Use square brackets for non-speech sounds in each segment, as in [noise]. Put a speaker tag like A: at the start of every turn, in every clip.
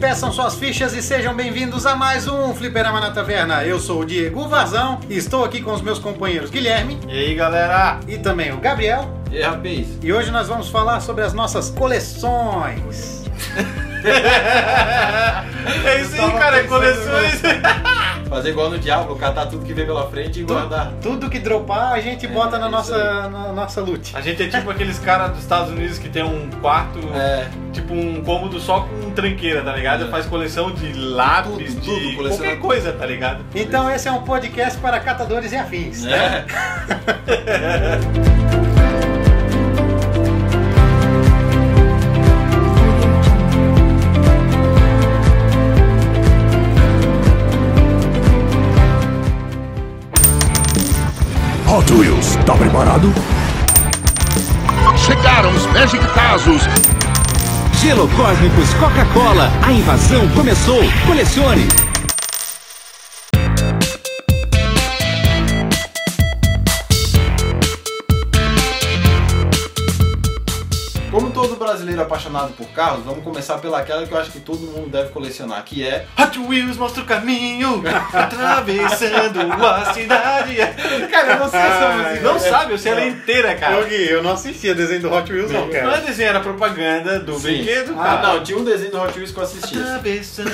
A: peçam suas fichas e sejam bem-vindos a mais um Fliperama na Taverna. Eu sou o Diego Vazão e estou aqui com os meus companheiros Guilherme
B: E aí galera?
A: e também o Gabriel.
B: E rapaz?
A: E hoje nós vamos falar sobre as nossas coleções.
B: É isso aí,
A: tava
B: cara, é
A: pensando
B: coleções.
C: Fazer igual no Diablo, catar tudo que vem pela frente e guardar.
A: Tudo que dropar a gente bota na
C: É isso
A: nossa, na nossa loot.
B: A gente é tipo aqueles caras dos Estados Unidos que tem um quarto,
C: É,
B: tipo um cômodo só com tranqueira, tá ligado?
C: É.
B: Faz coleção de lápis, de
C: Tudo, tudo, coleciona
B: qualquer
C: tudo.
B: coisa, tá ligado?
A: Então esse é um podcast para catadores e afins. tá?
C: né?
D: Hot Wheels, tá preparado?
E: Chegaram os Magic Tazos.
F: Gelo Cósmicos Coca-Cola. A invasão começou. Colecione.
C: Como todo brasileiro apaixonado por carros, vamos começar pelaquela que eu acho que todo mundo deve colecionar, que é
B: Hot Wheels mostra o caminho, atravessando a cidade. [laughs]
C: É.
B: Cara, eu não sei essa música. Não sabe, eu sei ela inteira,
A: Eu,
B: cara.
A: Gui, eu não assistia desenho do Hot Wheels, não,
B: Não é
A: cara.
B: desenho, era propaganda do
C: Sim.
B: brinquedo,
C: Ah,
B: cara.
C: não, tinha um desenho do Hot Wheels que eu
B: [laughs]
C: assistia.
B: Atravessando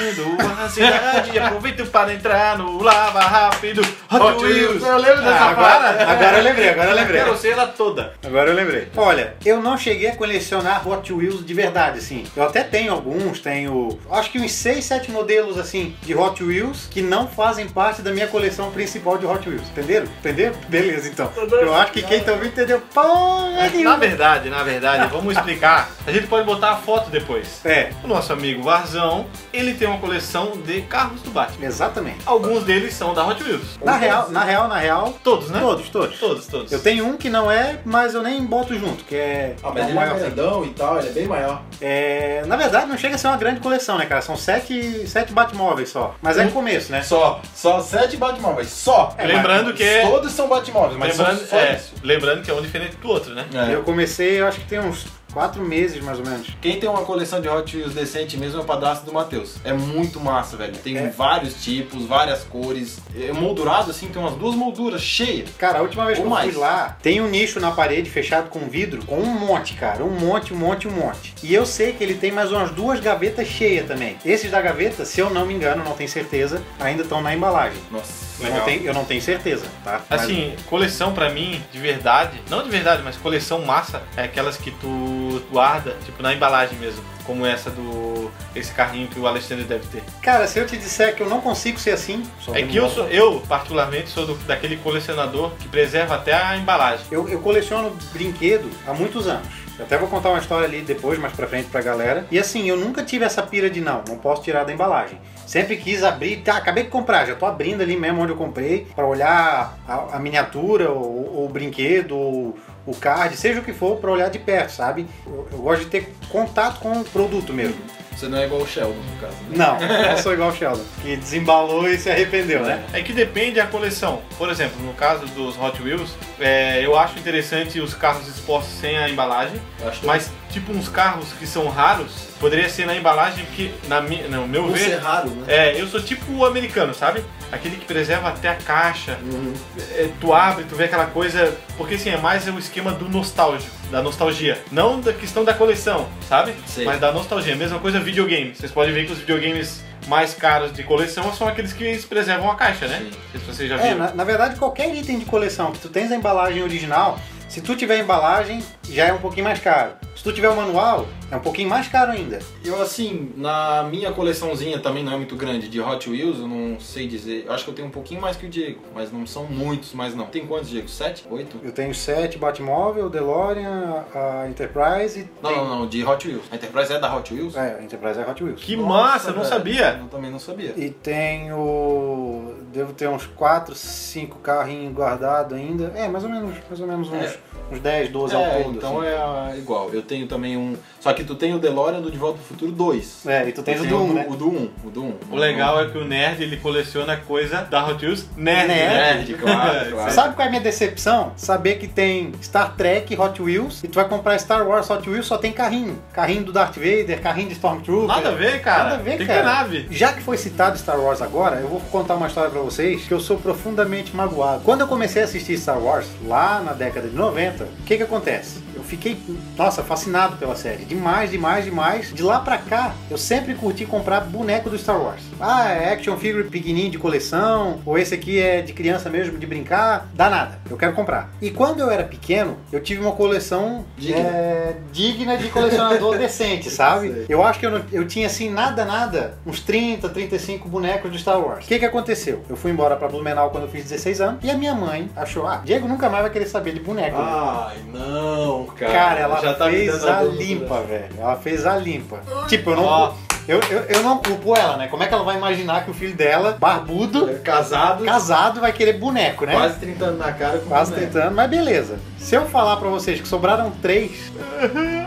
B: a cidade, aproveito para entrar no Lava Rápido Hot Wheels.
C: Eu lembro dessa
B: Ah,
C: parte.
A: Agora eu lembrei, agora eu
B: Eu
A: lembrei.
B: quero ser ela toda.
A: Agora eu lembrei. Olha, eu não cheguei a colecionar Hot Wheels de verdade, assim. Eu até tenho alguns, tenho acho que uns 6, 7 modelos, assim, de Hot Wheels que não fazem parte da minha coleção principal de Hot Wheels. Entenderam? Entenderam? [laughs] Beleza, então. Eu acho que quem tá ouvindo entendeu porra
B: É, Na
A: nenhuma.
B: verdade, na verdade, vamos explicar. A gente pode botar a foto depois.
A: É,
B: O nosso amigo Varzão, ele tem uma coleção de carros do Batman.
A: É, exatamente.
B: Alguns deles são da Hot Wheels.
A: Na real, na real, na real,
B: Todos, né?
A: todos, todos.
B: Todos, todos.
A: Eu tenho um que não é, mas eu nem boto junto, que é.
C: Ah,
A: é
C: mas
A: o
C: ele é
A: maior.
C: grandão e tal, ele é bem maior.
A: É, na verdade, não chega a ser uma grande coleção, né, cara? São sete, sete Batmóveis só. Mas é começo, né?
C: Só, só sete Batmóveis, só.
A: É,
B: Lembrando que é...
C: Todos são Batmóveis, mas são
B: Lembrando,
C: só
B: é,
C: isso.
B: lembrando que é um diferente do outro, né?
C: É.
A: Eu comecei, eu acho que tem uns quatro meses mais ou menos.
C: Quem tem uma coleção de Hot Wheels decente mesmo é o padrasto do Matheus. É muito massa, velho. Tem
B: É.
C: vários tipos, várias cores. É moldurado, assim, tem umas duas molduras cheias.
A: Cara, a última vez que
C: Ou
A: eu
C: mais.
A: fui lá, tem um nicho na parede fechado com vidro, com um monte, cara. Um monte, um monte, um monte. E eu sei que ele tem mais umas duas gavetas cheias também. Esses da gaveta, se eu não me engano, não tenho certeza, ainda estão na embalagem.
C: Nossa.
A: Eu não, tenho, eu não tenho certeza, tá? Mas-
B: Assim, coleção pra mim, de verdade, não de verdade, mas coleção massa é aquelas que tu guarda, tipo, na embalagem mesmo. Como essa do. Esse carrinho que o Alexandre deve ter.
A: cara, se eu te disser que eu não consigo ser assim, só
B: É
A: me
B: que eu
A: mostra.
B: sou, eu, particularmente, sou do- daquele colecionador que preserva até a embalagem.
A: Eu, eu coleciono brinquedo há muitos anos. Eu até vou contar uma história ali depois, mais pra frente pra galera. E assim, eu nunca tive essa pira de não, não posso tirar da embalagem. Sempre quis abrir, tá, acabei de comprar, já tô abrindo ali mesmo onde eu comprei, pra olhar a, a miniatura, ou, ou o brinquedo, ou o card, seja o que for, pra olhar de perto, sabe? Eu, eu gosto de ter contato com o produto mesmo.
C: Você não é igual o Sheldon, no caso. Né?
A: Não, não sou igual o Sheldon, que desembalou e se arrependeu, né?
B: É que depende da coleção. Por exemplo, no caso dos Hot Wheels, é, eu acho interessante os carros expostos sem a embalagem.
C: Eu Acho que
B: Mas, tipo, uns carros que são raros, poderia ser na embalagem, porque, na, mi- no meu
C: Por
B: ver,
C: ser raro, né?
B: É, eu sou tipo o americano, sabe? Aquele que preserva até a caixa.
C: Uhum.
B: É, tu abre, tu vê aquela coisa. Porque assim, é mais o esquema do nostálgico, da nostalgia. Não da questão da coleção, sabe?
C: Sei.
B: Mas da nostalgia. é Mesma coisa videogame. Vocês podem ver que os videogames mais caros de coleção são aqueles que preservam a caixa, né?
C: Sim.
B: Não sei se vocês já
A: É,
B: viram.
A: na, na verdade, qualquer item de coleção que tu tens a embalagem original, se tu tiver a embalagem, já é um pouquinho mais caro. Se tu tiver o manual, é um pouquinho mais caro ainda.
C: Eu, assim, na minha coleçãozinha também não é muito grande de Hot Wheels, eu não sei dizer. Eu acho que eu tenho um pouquinho mais que o Diego, mas não são muitos, mas não. Tem quantos, Diego? Sete? Oito?
A: Eu tenho sete Batmóvel, DeLorean, a a Enterprise e...
C: Não, não, não, de Hot Wheels. A Enterprise é da Hot Wheels?
A: É, a Enterprise é Hot Wheels.
B: Que
C: Nossa,
B: massa, não
C: velho.
B: sabia.
C: Eu também não sabia.
A: E tenho devo ter uns 4, 5 carrinhos guardados ainda. É, mais ou menos, mais ou menos uns,
C: É.
A: uns 10, 12
C: É,
A: ao todo.
C: então
A: assim.
C: é a- igual. Eu tenho também um. Só que tu tem o DeLorean do De Volta pro Futuro 2.
A: É, e tu tens
C: Eu
A: o
C: tenho
A: do 1, né?
C: O do 1, o do 1.
B: O legal é que o nerd ele coleciona coisa da Hot Wheels nerd.
A: Nerd,
B: né? [laughs]
C: um claro, claro.
A: Sabe qual é a minha decepção? Saber que tem Star Trek, Hot Wheels, e tu vai comprar Star Wars, Hot Wheels, só tem carrinho. Carrinho do Darth Vader, carrinho de Stormtrooper.
B: Nada a ver, cara.
A: Nada a ver,
B: Tem
A: cara.
B: que ter nave.
A: Já que foi citado Star Wars agora, eu vou contar uma história pra vocês que eu sou profundamente magoado. Quando eu comecei a assistir Star Wars, lá na década de 90, o que que acontece? Eu fiquei, nossa, fascinado pela série. Demais, demais, demais. De lá pra cá, eu sempre curti comprar boneco do Star Wars. Ah, é action figure pequenininho de coleção, ou esse aqui é de criança mesmo, de brincar. Dá nada, eu quero comprar. E quando eu era pequeno, eu tive uma coleção
C: Digna.
A: é, digna de colecionador [laughs] decente, sabe?
C: Sei.
A: Eu acho que eu, não- eu tinha assim, nada, nada, uns 30, 35 bonecos do Star Wars. O que que aconteceu? Eu fui embora pra Blumenau quando eu fiz 16 anos e a minha mãe achou, ah, Diego nunca mais vai querer saber de boneco. né?
C: Ai, não, cara.
A: Cara, ela fez
C: tá dando
A: a
C: dúvida.
A: limpa, velho. Ela fez a limpa. Tipo, eu
B: Ó.
A: não, eu, eu, eu não culpo ela, né? Como é que ela vai imaginar que o filho dela, barbudo,
C: É. Casado,
A: casado, vai querer boneco, né?
C: quase 30 anos na cara com
A: Quase
C: boneco.
A: tentando, mas beleza. Se eu falar pra vocês que sobraram três,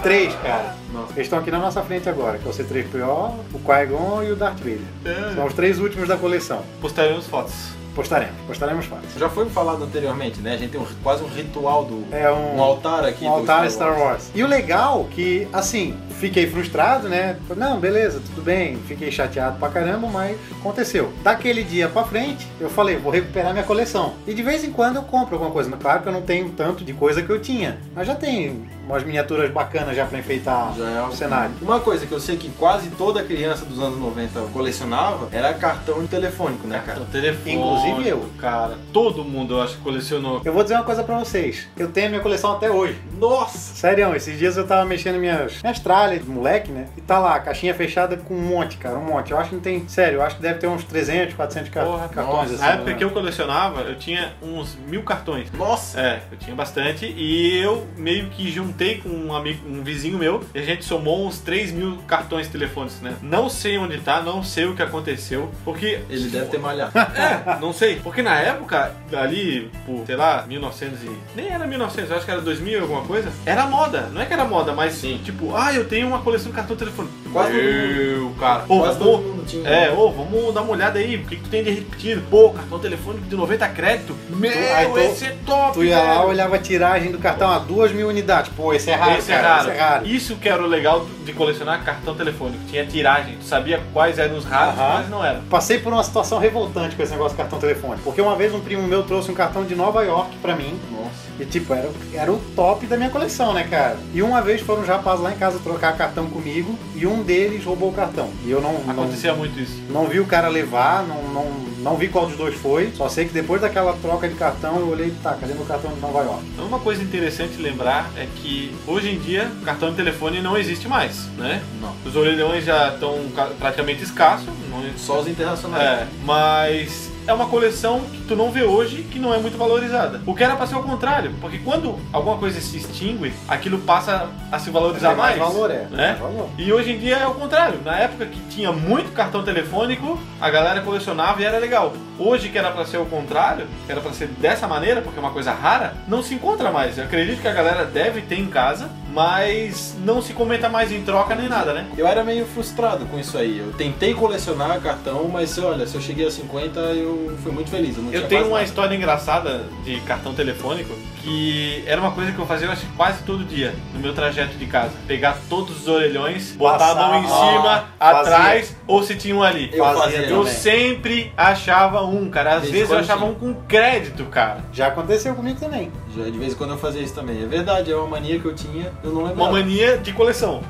A: três, cara.
C: Nossa.
A: Eles estão aqui na nossa frente agora, que é o C3PO, o Qui-Gon e o Darth Vader. São os três últimos da coleção.
B: Postaremos fotos.
A: Postaremos, postaremos fotos.
C: Já foi falado anteriormente, né? A gente tem um- quase um ritual do.
A: É um-
C: altar aqui.
A: Um
C: do
A: altar Star Wars. E o legal que, assim, fiquei frustrado, né? Não, beleza, tudo bem. Fiquei chateado pra caramba, mas aconteceu. Daquele dia pra frente, eu falei, vou recuperar minha coleção. E de vez em quando eu compro alguma coisa. Claro que eu não tenho tanto de coisa que eu tinha. Mas já tem umas miniaturas bacanas já pra enfeitar
C: Já é
A: o
C: algo-
A: cenário.
C: Uma coisa que eu sei que quase toda criança dos anos 90 colecionava era cartão telefônico, né, cara?
B: O telefone.
A: Inclusive eu.
B: Cara, todo mundo, eu acho, colecionou.
A: Eu vou dizer uma coisa pra vocês. Eu tenho minha coleção até hoje.
C: Nossa!
A: Sério, esses dias eu tava mexendo minhas, minhas tralhas de moleque, né? E tá lá, a caixinha fechada com um monte, cara, um monte. Eu acho que não tem. Sério, eu acho que deve ter uns 300, 400 car-
B: Porra,
A: cartões
B: Na
A: assim.
B: época que eu colecionava, eu tinha uns mil cartões.
C: Nossa!
B: É, eu tinha bastante e eu meio que juntei com um amigo, um vizinho meu e a gente somou uns 3 mil cartões telefônicos, né? Não sei onde tá, não sei o que aconteceu, porque
C: Ele deve
B: [laughs]
C: ter malhado.
B: É, não sei. Porque na época, ali, por, sei lá, 1900 e... Nem era 1900, eu acho que era 2000 alguma coisa. Era moda. Não é que era moda, mas sim. Tipo, ah, eu tenho uma coleção de cartão de telefone.
C: Quase todo
B: Meu, cara. Pô,
C: Quase
B: vamos-
C: todo mundo tinha.
B: É, ô, vamos dar uma olhada aí. O que, que tu tem de repetido? Pô, cartão telefônico de 90 crédito. Meu,
A: aí tu-
B: esse é top,
A: Tu ia lá,
B: velho.
A: olhava a tiragem do cartão, a duas mil unidades. Pô, esse é raro,
B: Esse é
A: cara.
B: raro.
A: Esse é raro.
B: Isso que era o legal de colecionar cartão telefônico. Tinha tiragem, tu sabia quais eram os raros,
A: Aham.
B: quais não eram.
A: Passei por uma situação revoltante com esse negócio de cartão telefônico. Porque uma vez um primo meu trouxe um cartão de Nova York pra mim.
C: Nossa.
A: E tipo, era, o- era o top da minha coleção, né, cara? E uma vez foram os rapazes lá em casa trocar cartão comigo e um deles roubou o cartão. E eu não. não-
B: Acontecia muito isso.
A: Não vi o cara levar, não, não, não vi qual dos dois foi. Só sei que depois daquela troca de cartão eu olhei, tá, cadê meu cartão de Nova York?
B: Então, Uma coisa interessante lembrar é que hoje em dia o cartão de telefone não existe mais, né?
C: Não.
B: Os orelhões já estão ca- praticamente escassos, não
C: Só os internacionais.
B: é, mas é uma coleção que tu não vê hoje que não é muito valorizada. O que era pra ser o contrário, porque quando alguma coisa se extingue, aquilo passa a se valorizar
A: Tem
B: mais.
A: valor, é.
B: né?
A: Tem valor.
B: E hoje em dia é o contrário. Na época que tinha muito cartão telefônico, a galera colecionava e era legal. Hoje que era pra ser o contrário, que era pra ser dessa maneira, porque é uma coisa rara, não se encontra mais. Eu acredito que a galera deve ter em casa, mas não se comenta mais em troca nem nada, né?
C: Eu era meio frustrado com isso aí. Eu tentei colecionar cartão, mas olha, se eu cheguei a 50, eu fui muito feliz. Eu, não
B: Eu
C: tinha
B: tenho
C: quase
B: uma
C: nada.
B: história engraçada de cartão telefônico que era uma coisa que eu fazia eu acho, que quase todo dia no meu trajeto de casa. Pegar todos os orelhões, botar a mão em
A: Passar,
B: cima,
A: fazia.
B: atrás ou se tinha um ali.
C: Eu fazia
B: Eu
C: também.
B: sempre achava um, cara. Às
C: Desde
B: vezes eu
C: quando
B: achava
C: sim.
B: um com crédito, cara.
A: Já aconteceu comigo também.
C: Já de vez em quando eu fazia isso também. É verdade, é uma mania que eu tinha, eu não
B: Uma
C: lembrava.
B: mania de coleção.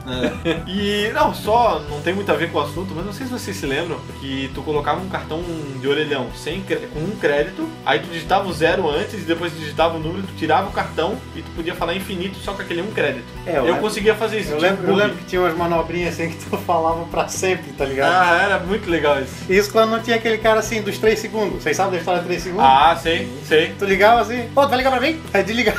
C: É.
B: E não, só não tem muito a ver com o assunto, mas não sei se vocês se lembram que tu colocava um cartão de orelhão sem cre- com um crédito, aí tu digitava o zero antes e depois digitava o número, tu tirava o cartão e tu podia falar infinito só com aquele um crédito.
A: É, eu
B: eu
A: lembro-
B: conseguia fazer isso.
A: Eu
B: tinha
A: lembro,
B: um
A: eu
B: bug.
A: lembro que tinha umas manobrinhas assim [laughs] que tu falava pra sempre, tá ligado?
B: Ah, era muito legal isso.
A: Isso quando não tinha aquele cara assim dos 3 segundos. Vocês sabem da história dos 3 segundos?
B: Ah, sei, sei.
A: Tu ligava assim, pô, tu vai ligar pra mim? Aí desligava.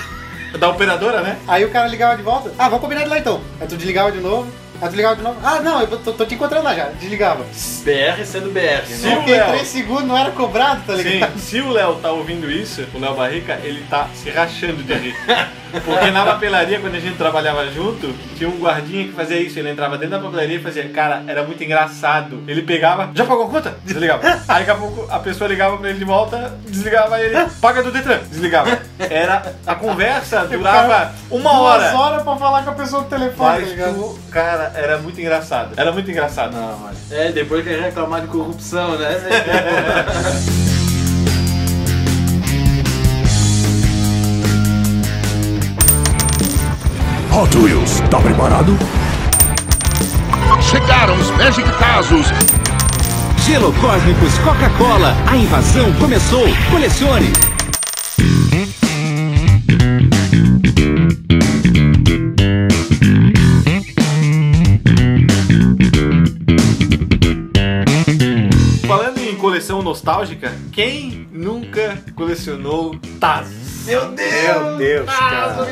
B: Da operadora, né?
A: Aí o cara ligava de volta. Ah, vamos combinar de lá então. Aí tu desligava de novo. Aí tu ligava de novo. Ah, não, eu tô, tô te encontrando lá já. Desligava.
C: BR sendo BR.
B: Sim.
C: né?
A: Se eu fiquei
B: Léo.
A: 3 segundos, não era cobrado, tá ligado?
B: Sim, se o Léo tá ouvindo isso, o Léo Barrica, ele tá se rachando de rir. Porque na papelaria, quando a gente trabalhava junto, tinha um guardinha que fazia isso. Ele entrava dentro da papelaria e fazia, cara, era muito engraçado. Ele pegava, já pagou a conta? Desligava. Aí daqui a pouco a pessoa ligava pra ele de volta, desligava ele, paga do Detran, desligava. Era, a
A: [laughs]
B: conversa durava uma
A: Duas
B: hora.
A: horas pra falar com a pessoa no telefone, tá
B: Mas
A: ligado?
B: tu, cara, era muito engraçado. Era muito engraçado.
C: Não, olha. É, depois que a gente reclamar de corrupção, né? [laughs]
D: Hot Wheels, tá preparado?
E: Chegaram os Magic Tazos.
F: Gelo Cósmicos Coca-Cola. A invasão começou. Colecione.
B: Falando em coleção nostálgica, quem nunca colecionou Tazos?
C: Meu
A: Meu Deus, cara.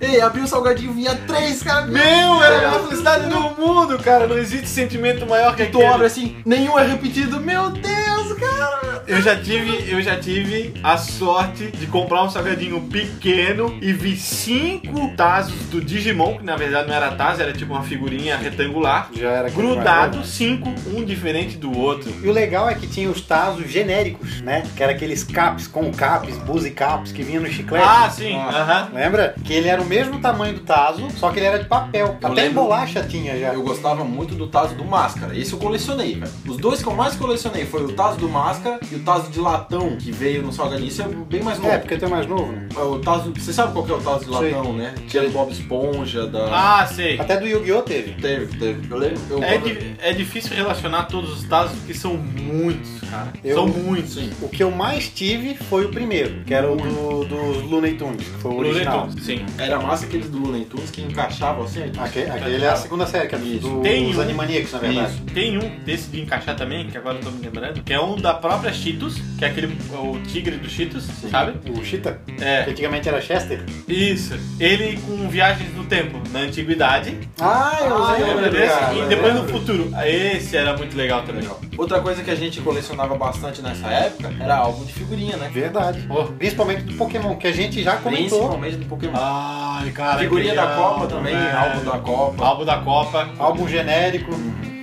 C: Ei, abriu o salgadinho, vinha três, cara.
B: Meu, era a maior felicidade do mundo, cara. Não existe sentimento maior que
C: Tu
B: aquele.
C: abre assim, nenhum é repetido. Meu Deus, cara.
B: Eu já tive, eu já tive a sorte de comprar um salgadinho pequeno e vi cinco Tazos do Digimon, que na verdade não era Tazo, era tipo uma figurinha retangular.
A: Já era aquele
B: Grudado, cinco, um diferente do outro.
A: E o legal é que tinha os tazos genéricos, né? Que era aqueles caps com caps, buzz caps que vinha no chiclete.
B: Ah, sim,
C: Nossa.
B: aham.
A: Lembra? Que ele era o mesmo tamanho do taso, só que ele era de papel. Até em
C: lembro.
A: bolacha tinha já.
C: Eu gostava muito do Tazo do Máscara. Esse eu colecionei, velho. Os dois que eu mais colecionei foi o Tazo do Máscara e o Tazo de Latão, que veio no salgadinho. Isso é bem mais novo.
A: É, porque tu é mais novo, né?
C: É, O Tazo, você sabe qual que é o Tazo de
A: Sei.
C: Latão, né? Tinha do Bob Esponja, da...
B: Ah, sei.
A: Até do Yu-Gi-Oh! teve.
C: Teve, teve. Eu lembro. Eu
B: É, di- é difícil relacionar todos os Tazos, porque são muitos, cara.
A: Eu-
B: São muitos.
C: Sim.
A: O que eu mais tive foi o primeiro, que era o do, dos Looney Tunes, que foi o original.
B: Looney Tunes, Sim.
C: Era massa aquele do Looney Tunes que encaixava assim. aí.
A: Aque- Aquele, é a segunda série, que é do-
C: Isso.
A: dos
B: Tem um-
A: Animaniacs, na
C: É
A: verdade.
C: Isso.
B: Tem um desse de encaixar também, que agora eu tô me lembrando, que é um da própria Cheetos, que é aquele o tigre do Cheetos, sabe?
A: O Cheetah, que
B: É,
A: antigamente era Chester.
B: isso. Ele com viagens no tempo, na antiguidade.
A: Ah,
C: eu lembro,
B: Lembra desse?
C: cara,
B: e
C: eu
B: depois no
C: lembro.
B: futuro. Ah, Esse era muito legal também.
C: Outra coisa que a gente colecionava bastante nessa época era álbum de figurinha, né?
A: Verdade.
B: Oh.
A: Principalmente do Pokémon, que a gente já comentou.
C: Principalmente do Pokémon.
B: Ai, cara.
C: figurinha
B: que
C: da
B: legal,
C: Copa também,
B: velho.
C: álbum da Copa.
B: Álbum da Copa.
A: Álbum genérico,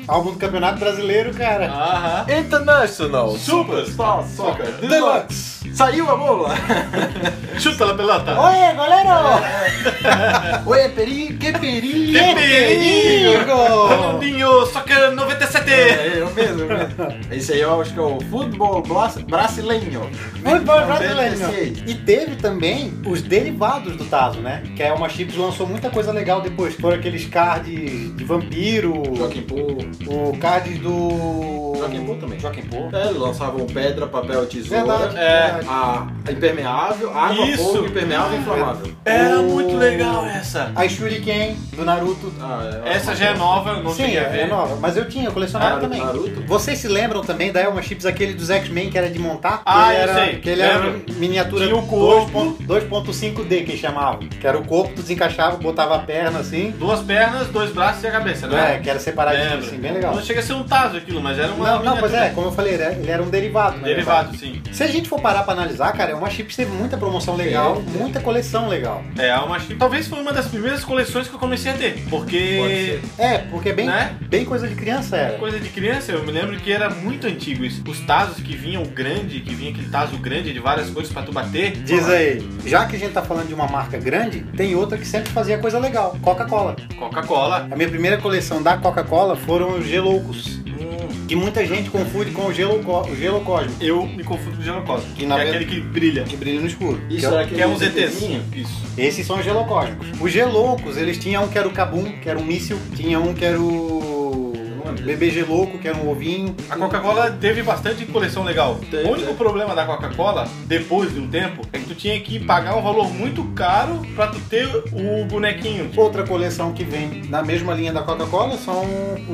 A: álbum do Campeonato Brasileiro, cara.
B: Aham.
C: [laughs] International
B: Super
C: Star Soccer Deluxe. Saiu a bola.
B: Chuta a pelota.
A: Oi, goleiro!
C: [laughs] Oi, peri, que peri.
B: Que perigo!
A: Perigo!
B: Ronaldinho, Soccer 97.
C: É, eu mesmo, eu mesmo. Esse aí eu acho que é o futebol blas- brasileiro.
A: Muito bom, brasileiro.
C: 96.
A: E teve também os derivados do Tazo, né? Que a Elma Chips lançou muita coisa legal depois. Foram aqueles cards de vampiro,
C: Joaquim Pô.
A: o card do.
C: Joaquim Pô também.
A: Joaquim Pô.
C: É, lançavam pedra, papel, tesoura.
A: Verdade,
B: É.
A: verdade.
C: A a impermeável, água,
B: Isso.
C: fogo, impermeável e inflamável.
B: Era muito legal essa.
A: A Shuriken do Naruto.
C: Ah, é,
B: Essa já é nova, eu não
A: Sim,
B: cheguei a
A: é
B: ver.
A: nova, mas eu tinha, eu colecionava
C: Ah,
A: também.
C: Naruto.
A: Vocês se lembram também da Elma Chips, aquele dos X-Men que era de montar?
B: Ah,
A: Que
B: eu
A: era,
B: sei,
A: Que ele era
B: lembro.
A: miniatura
B: Tinha o corpo.
A: 2.5D que chamavam. Que era o corpo, tu desencaixava, botava a perna assim.
B: Duas pernas, dois braços e a cabeça, né?
A: É, que era separadinho assim, bem legal.
B: Não chega a ser um taso aquilo, mas era uma.
A: Não, não,
B: miniatura.
A: pois é, como eu falei, ele era- ele era um derivado. né?
B: Derivado, sim.
A: Se a gente for parar pra analisar, cara, uma Chips teve muita promoção legal,
C: Teve, teve.
A: muita coleção legal.
B: É, a Alma Chips talvez foi uma das primeiras coleções que eu comecei a ter. Porque.
A: É, porque bem,
B: Né?
A: bem coisa de criança era.
B: Coisa de criança, eu me lembro que era muito antigo isso. Os tazos que vinham grande, que vinha aquele taso grande de várias cores pra tu bater.
A: Diz aí, já que a gente tá falando de uma marca grande, tem outra que sempre fazia coisa legal, Coca-Cola.
B: Coca-Cola.
A: A minha primeira coleção da Coca-Cola foram os geloucos,
B: Hum,
A: que muita gente confunde com o gelo, co- o gelo cósmico,
B: eu me confundo com o Gelocosmo.
A: Que
B: Que,
A: na
B: é
A: verdade-
B: aquele que brilha.
A: que brilha no escuro.
C: Isso
A: Que é o-
C: era
B: Que é um
C: aquele
B: ZTs.
C: desenho?
B: Isso.
A: Esses são os gelocósmicos. Os geloucos, eles tinham um que era o Kabum, que era um míssil, tinha um que era o...
C: Eu não
A: monte.
C: lembro
A: Bebê Gelouco, que era um ovinho.
B: A Coca-Cola teve bastante coleção legal.
C: Teve,
B: o único
C: teve.
B: problema da Coca-Cola, depois de um tempo, é que tu tinha que pagar um valor muito caro pra tu ter o bonequinho.
A: Outra coleção que vem na mesma linha da Coca-Cola são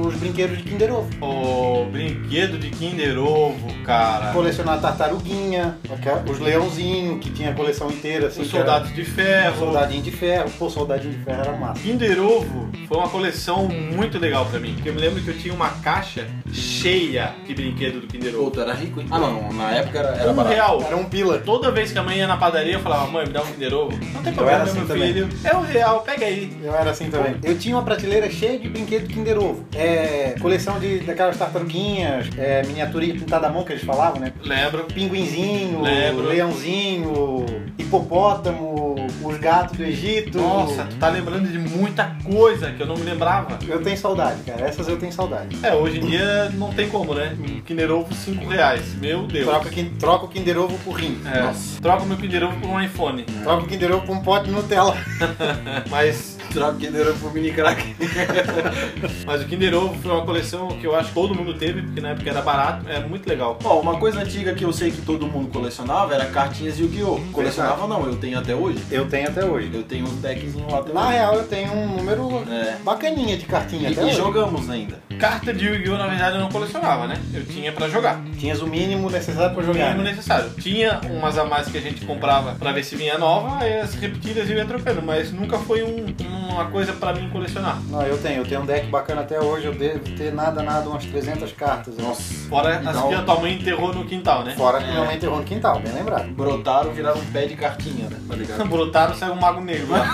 A: os brinquedos de Kinder Ovo.
B: O brinquedo de Kinder Ovo, cara.
A: Colecionar tartaruguinha, aquela- os leãozinhos, que tinha a coleção inteira. Assim,
B: Os
A: que era-
B: soldados de ferro.
A: Soldadinho de ferro. Pô, soldadinho de ferro era massa.
B: Kinder Ovo foi uma coleção muito legal pra mim. Porque eu me lembro que eu tinha uma caixa cheia de brinquedo do Kinder Ovo.
C: Puta, era rico, hein? Ah, não, na época era, era
B: Um
C: barato.
B: real.
A: Era um pila.
B: Toda vez que a mãe ia na padaria, eu falava, mãe, me dá um Kinder Ovo. Não tem problema,
A: era assim
B: meu
A: também.
B: filho. É um real, pega aí.
A: Eu era assim também. Eu tinha uma prateleira cheia de brinquedo Kinder Ovo. É, coleção de, daquelas tartaruguinhas, é, miniaturinha pintada à mão que eles falavam, né?
B: Lembro.
A: Pinguinzinho,
B: Lembro.
A: leãozinho, hipopótamo, os gatos do Egito.
B: Nossa, tu tá lembrando de muita coisa que eu não me lembrava.
A: Eu tenho saudade, cara. Essas eu tenho saudade.
B: É, hoje em dia não tem como, né? Um Kinder Ovo 5 reais. Meu Deus.
A: Troca, quin- troca o Kinder Ovo por rim.
B: É, troca o meu Kinder Ovo por um iPhone. [laughs]
A: Troca o Kinder Ovo por um pote de Nutella.
B: Mas,
C: Troca que era pro mini crack.
B: [laughs] mas o Kinder Ovo foi uma coleção que eu acho que todo mundo teve, porque na época era barato, é muito legal.
C: Ó, uma coisa antiga que eu sei que todo mundo colecionava era cartinhas de Yu-Gi-Oh! Colecionava não, eu tenho até hoje.
A: [laughs] Eu tenho até hoje.
C: Eu tenho uns deckzinhos lá até
A: Na
C: hoje.
A: real, eu tenho um número
C: É.
A: bacaninha de cartinha até
C: E, e
A: hoje.
C: jogamos ainda.
B: Carta de Yu-Gi-Oh! na verdade eu não colecionava, né? Eu tinha pra jogar.
A: Tinhas o mínimo necessário pra
B: O
A: jogar.
B: mínimo
A: né?
B: necessário. Tinha umas a mais que a gente comprava pra ver se vinha nova, aí as repetidas eu ia trocando, mas nunca foi um- uma coisa pra mim colecionar.
A: Não, eu tenho. Eu tenho um deck bacana até hoje. Eu devo ter nada, nada, umas 300 cartas. né?
B: Fora
C: E
B: as
C: dá
B: que
C: um-
B: a tua mãe enterrou no quintal, né?
A: Fora que minha mãe enterrou no quintal, bem lembrado.
C: Brotaram, viraram um pé de cartinha, né? Tá ligado?
B: [laughs] Brotaram, saiu um mago negro [laughs] lá.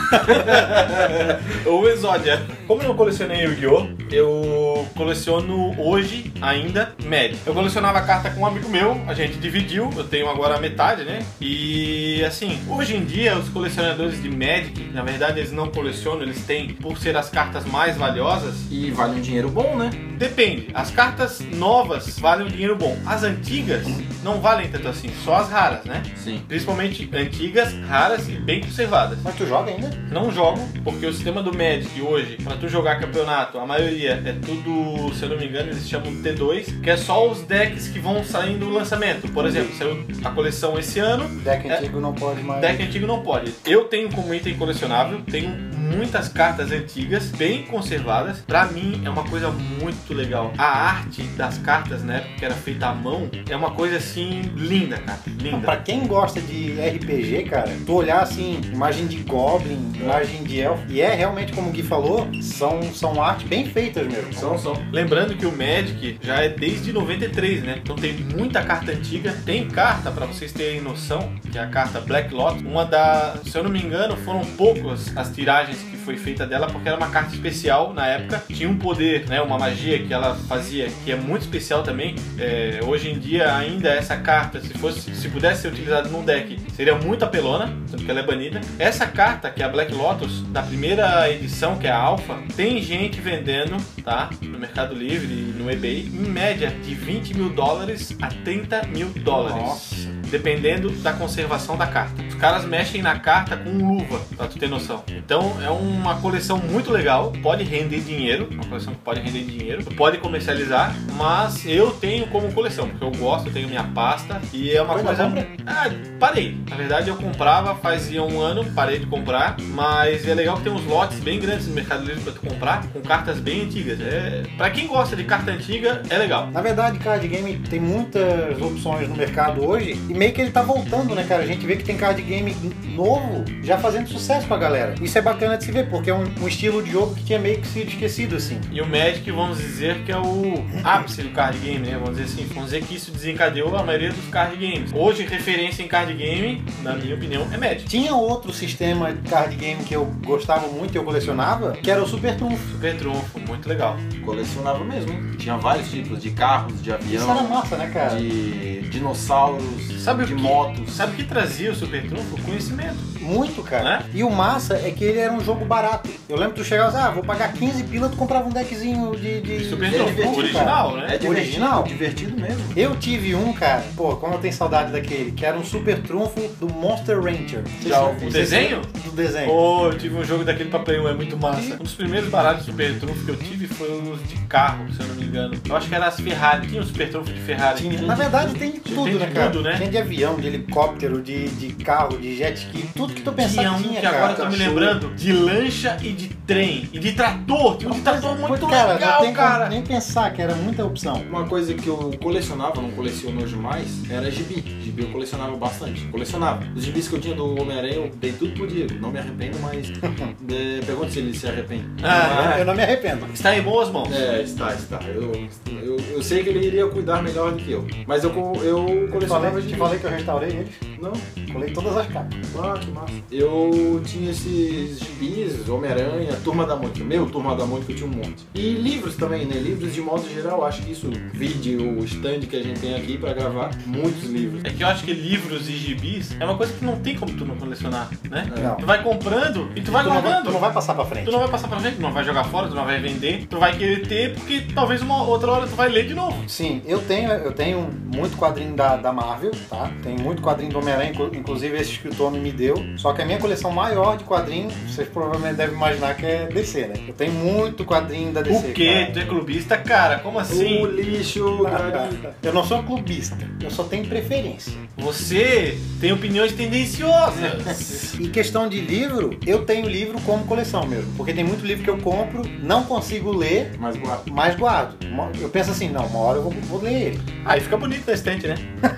B: Ou exódia. Como eu não colecionei Yu-Gi-Oh! Eu coleciono hoje ainda Magic. Eu colecionava carta com um amigo meu, a gente dividiu, eu tenho agora a metade, né? E assim, hoje em dia os colecionadores de Magic, na verdade eles não colecionam, eles têm, por ser as cartas mais valiosas,
C: E vale um dinheiro bom, né?
B: Depende. As cartas novas valem um dinheiro bom. As antigas não valem tanto assim, só as raras, né?
C: Sim.
B: Principalmente antigas, raras e bem conservadas.
A: Mas tu joga ainda?
B: Não jogo, porque o sistema do Magic hoje, pra tu jogar campeonato, a maioria é tudo, se eu não me engano, eles chamam de T2, que é só os decks que vão saindo do lançamento. Por exemplo, saiu a coleção esse ano,
A: Deck
B: É.
A: antigo não pode mais.
B: Deck antigo não pode. Eu tenho como item colecionável, tenho muitas cartas antigas, bem conservadas. Pra mim é uma coisa muito legal. A arte das cartas, né, que era feita à mão, é uma coisa assim linda, cara,
A: Não, Pra
B: linda.
A: quem gosta de RPG, cara, tu olhar assim, imagem de Goblin, imagem de Elfo, e é realmente como o Gui falou, são, são artes bem feitas mesmo.
C: São, são.
B: Lembrando que o Magic já é desde 93, né? Então tem muita carta antiga. Tem carta, pra vocês terem noção, que é a carta Black Lot. Uma da, se eu não me engano, foram poucas as tiragens que foi feita dela, porque era uma carta especial na época. Tinha um poder, né? Uma magia que ela fazia, que é muito especial também. É, hoje em dia, ainda essa carta, se fosse, se pudesse ser utilizada num deck, seria muito apelona, tanto que ela é banida. Essa carta, que é a Black Lotus, da primeira edição, que é a Alpha, tem gente vendendo, tá? No Mercado Livre e no eBay, em média de 20 mil dólares a 30 mil dólares. Dependendo da conservação da carta. Os caras mexem na carta com luva, pra tu ter noção. Então é uma coleção muito legal, pode render dinheiro, uma coleção que pode render dinheiro, tu pode comercializar, mas eu tenho como coleção, porque eu gosto, eu tenho minha pasta e é uma
A: Ainda
B: coisa.
A: compra?
B: Ah, parei. Na verdade, eu comprava fazia um ano, parei de comprar. Mas é legal que tem uns lotes bem grandes no Mercado Livre pra tu comprar, com cartas bem antigas. É... Pra quem gosta de carta antiga, é legal.
A: Na verdade, card game tem muitas opções no mercado hoje e meio que ele tá voltando, né, cara? A gente vê que tem card game novo já fazendo sucesso com a galera. Isso é bacana de se ver, porque é um, um estilo de jogo que tinha meio que sido esquecido, assim.
B: E o Magic, vamos dizer que é o ápice do card game, né? Vamos dizer assim, vamos dizer que isso desencadeou a maioria dos card games. Hoje, referência em card game, na minha opinião, é Magic.
A: Tinha outro sistema de card game que eu gostava muito e eu colecionava, que era o Super Trunfo.
B: Super trunfo, muito legal.
C: Colecionava mesmo, hein? Tinha vários tipos de carros, de
A: Isso era
C: avião,
A: massa, né, cara?
C: de dinossauros,
B: Sabe o
C: de
B: que-
C: motos.
B: Sabe o que trazia o Super Trunfo? não, por conhecimento.
A: Muito, cara.
B: Né?
A: E o massa é que ele era um jogo barato. Eu lembro que tu chegava e dizia, ah, vou pagar 15 pila, tu comprava um deckzinho de... de
B: Super
A: de
B: Nintendo,
A: Nintendo, É cara.
B: original, né?
A: É
G: divertido,
A: original.
G: Divertido mesmo.
A: Eu tive um, cara, pô, como eu tenho saudade daquele, que era um super trunfo do Monster Ranger.
G: Já ouvi.
B: O desenho?
A: Do desenho.
B: Pô, eu tive um jogo daquele pra Play 1, é muito massa. Um dos primeiros baralhos de Super Trunfo que eu tive foi o de carro, se eu não me engano. Eu acho que era as Ferrari. Tinha um Super Trunfo de Ferrari. né?
A: Na verdade tem de tudo,
B: Tem de
A: né, cara?
B: tudo, né?
A: Tem de avião, de helicóptero, de, de carro, de jet ski, tudo que tu pensar
B: Tinha
A: que
B: um
A: tinha,
B: que
A: cara.
B: agora eu tô me
A: Cachorro.
B: lembrando de lancha e de trem. E de trator. Tinha um de trator muito
A: cara, não
B: legal,
A: tem como
B: cara.
A: nem pensar que era muita opção.
C: Uma coisa que eu colecionava, não coleciono hoje mais, era gibi. Gibi eu colecionava bastante. Colecionava. Os gibis que eu tinha do Homem-Aranha, eu dei tudo pro Diego. Não me arrependo,
A: [laughs]
C: mas. eh, pergunta se ele se arrepende.
B: Ah,
A: Eu não me arrependo.
B: está em boas mãos.
C: É, está, está. Eu, eu, eu sei que ele iria cuidar melhor do que eu. Mas eu, co- eu
A: Te
C: colecionava
A: falei,
C: gibi.
A: te falei que eu restaurei eles,
C: Não,
A: colei todas as capas.
C: ah, que massa. Eu tinha esses gibis, Homem-Aranha, Turma da Mônica. Meu, Turma da Mônica eu tinha um monte. E livros também, né? Livros de modo geral, acho que isso, vídeo, o stand que a gente tem aqui pra gravar, muitos livros.
B: É que eu acho que livros e gibis é uma coisa que não tem como tu não colecionar, né?
A: Não.
B: Tu vai comprando e tu vai
A: Tu não, vai,
B: guardando.
A: tu não vai passar pra
B: Tá Tu
A: frente.
B: não vai passar pra frente, tu não vai jogar fora, tu não vai vender, tu vai querer ter, porque talvez uma outra hora tu vai ler de novo.
A: Sim, eu tenho, eu tenho muito quadrinho da, da Marvel, tá? Tenho muito quadrinho do Homem-Aranha, inclu- inclusive esse que o Tony me deu. Só que a minha coleção maior de quadrinhos, vocês provavelmente devem imaginar que é DC, né? Eu tenho muito quadrinho da DC.
B: o quê?
A: cara.
B: Tu é clubista, cara? Como assim?
C: O lixo, né? garota.
A: Eu não sou é um clubista, eu só tenho preferência.
B: Você tem opiniões tendenciosas.
A: E questão de livro, eu tenho livro como coleção mesmo, porque tem muito livro que eu compro, não consigo ler,
C: Mas guarda.
A: mas guardo. Uma- Eu penso assim, não, uma hora eu vou, vou ler ele.
B: Aí fica bonito na estante, né?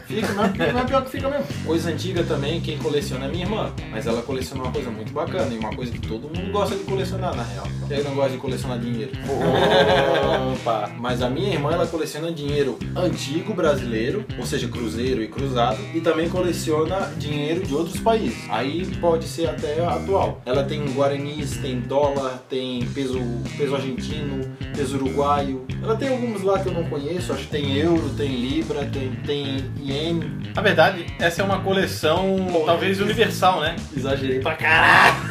C: Fica, mas não é pior que fica mesmo. Coisa antiga também, quem coleciona é minha irmã. Mas ela coleciona uma coisa muito bacana e uma coisa que todo mundo gosta de colecionar, na real. Eu não gosto de colecionar dinheiro. Opa! Mas a minha irmã, ela coleciona dinheiro antigo brasileiro, ou seja, cruzeiro e cruzado, e também coleciona dinheiro de outros países. Aí pode ser até atual. Ela tem guaranis, tem dólar, tem peso, peso argentino, peso uruguaio. Ela tem alguns lá que eu não conheço, acho que tem euro, tem libra, tem, tem iene.
B: Na verdade, essa é uma coleção talvez universal, né?
C: Exagerei.
B: Pra caralho!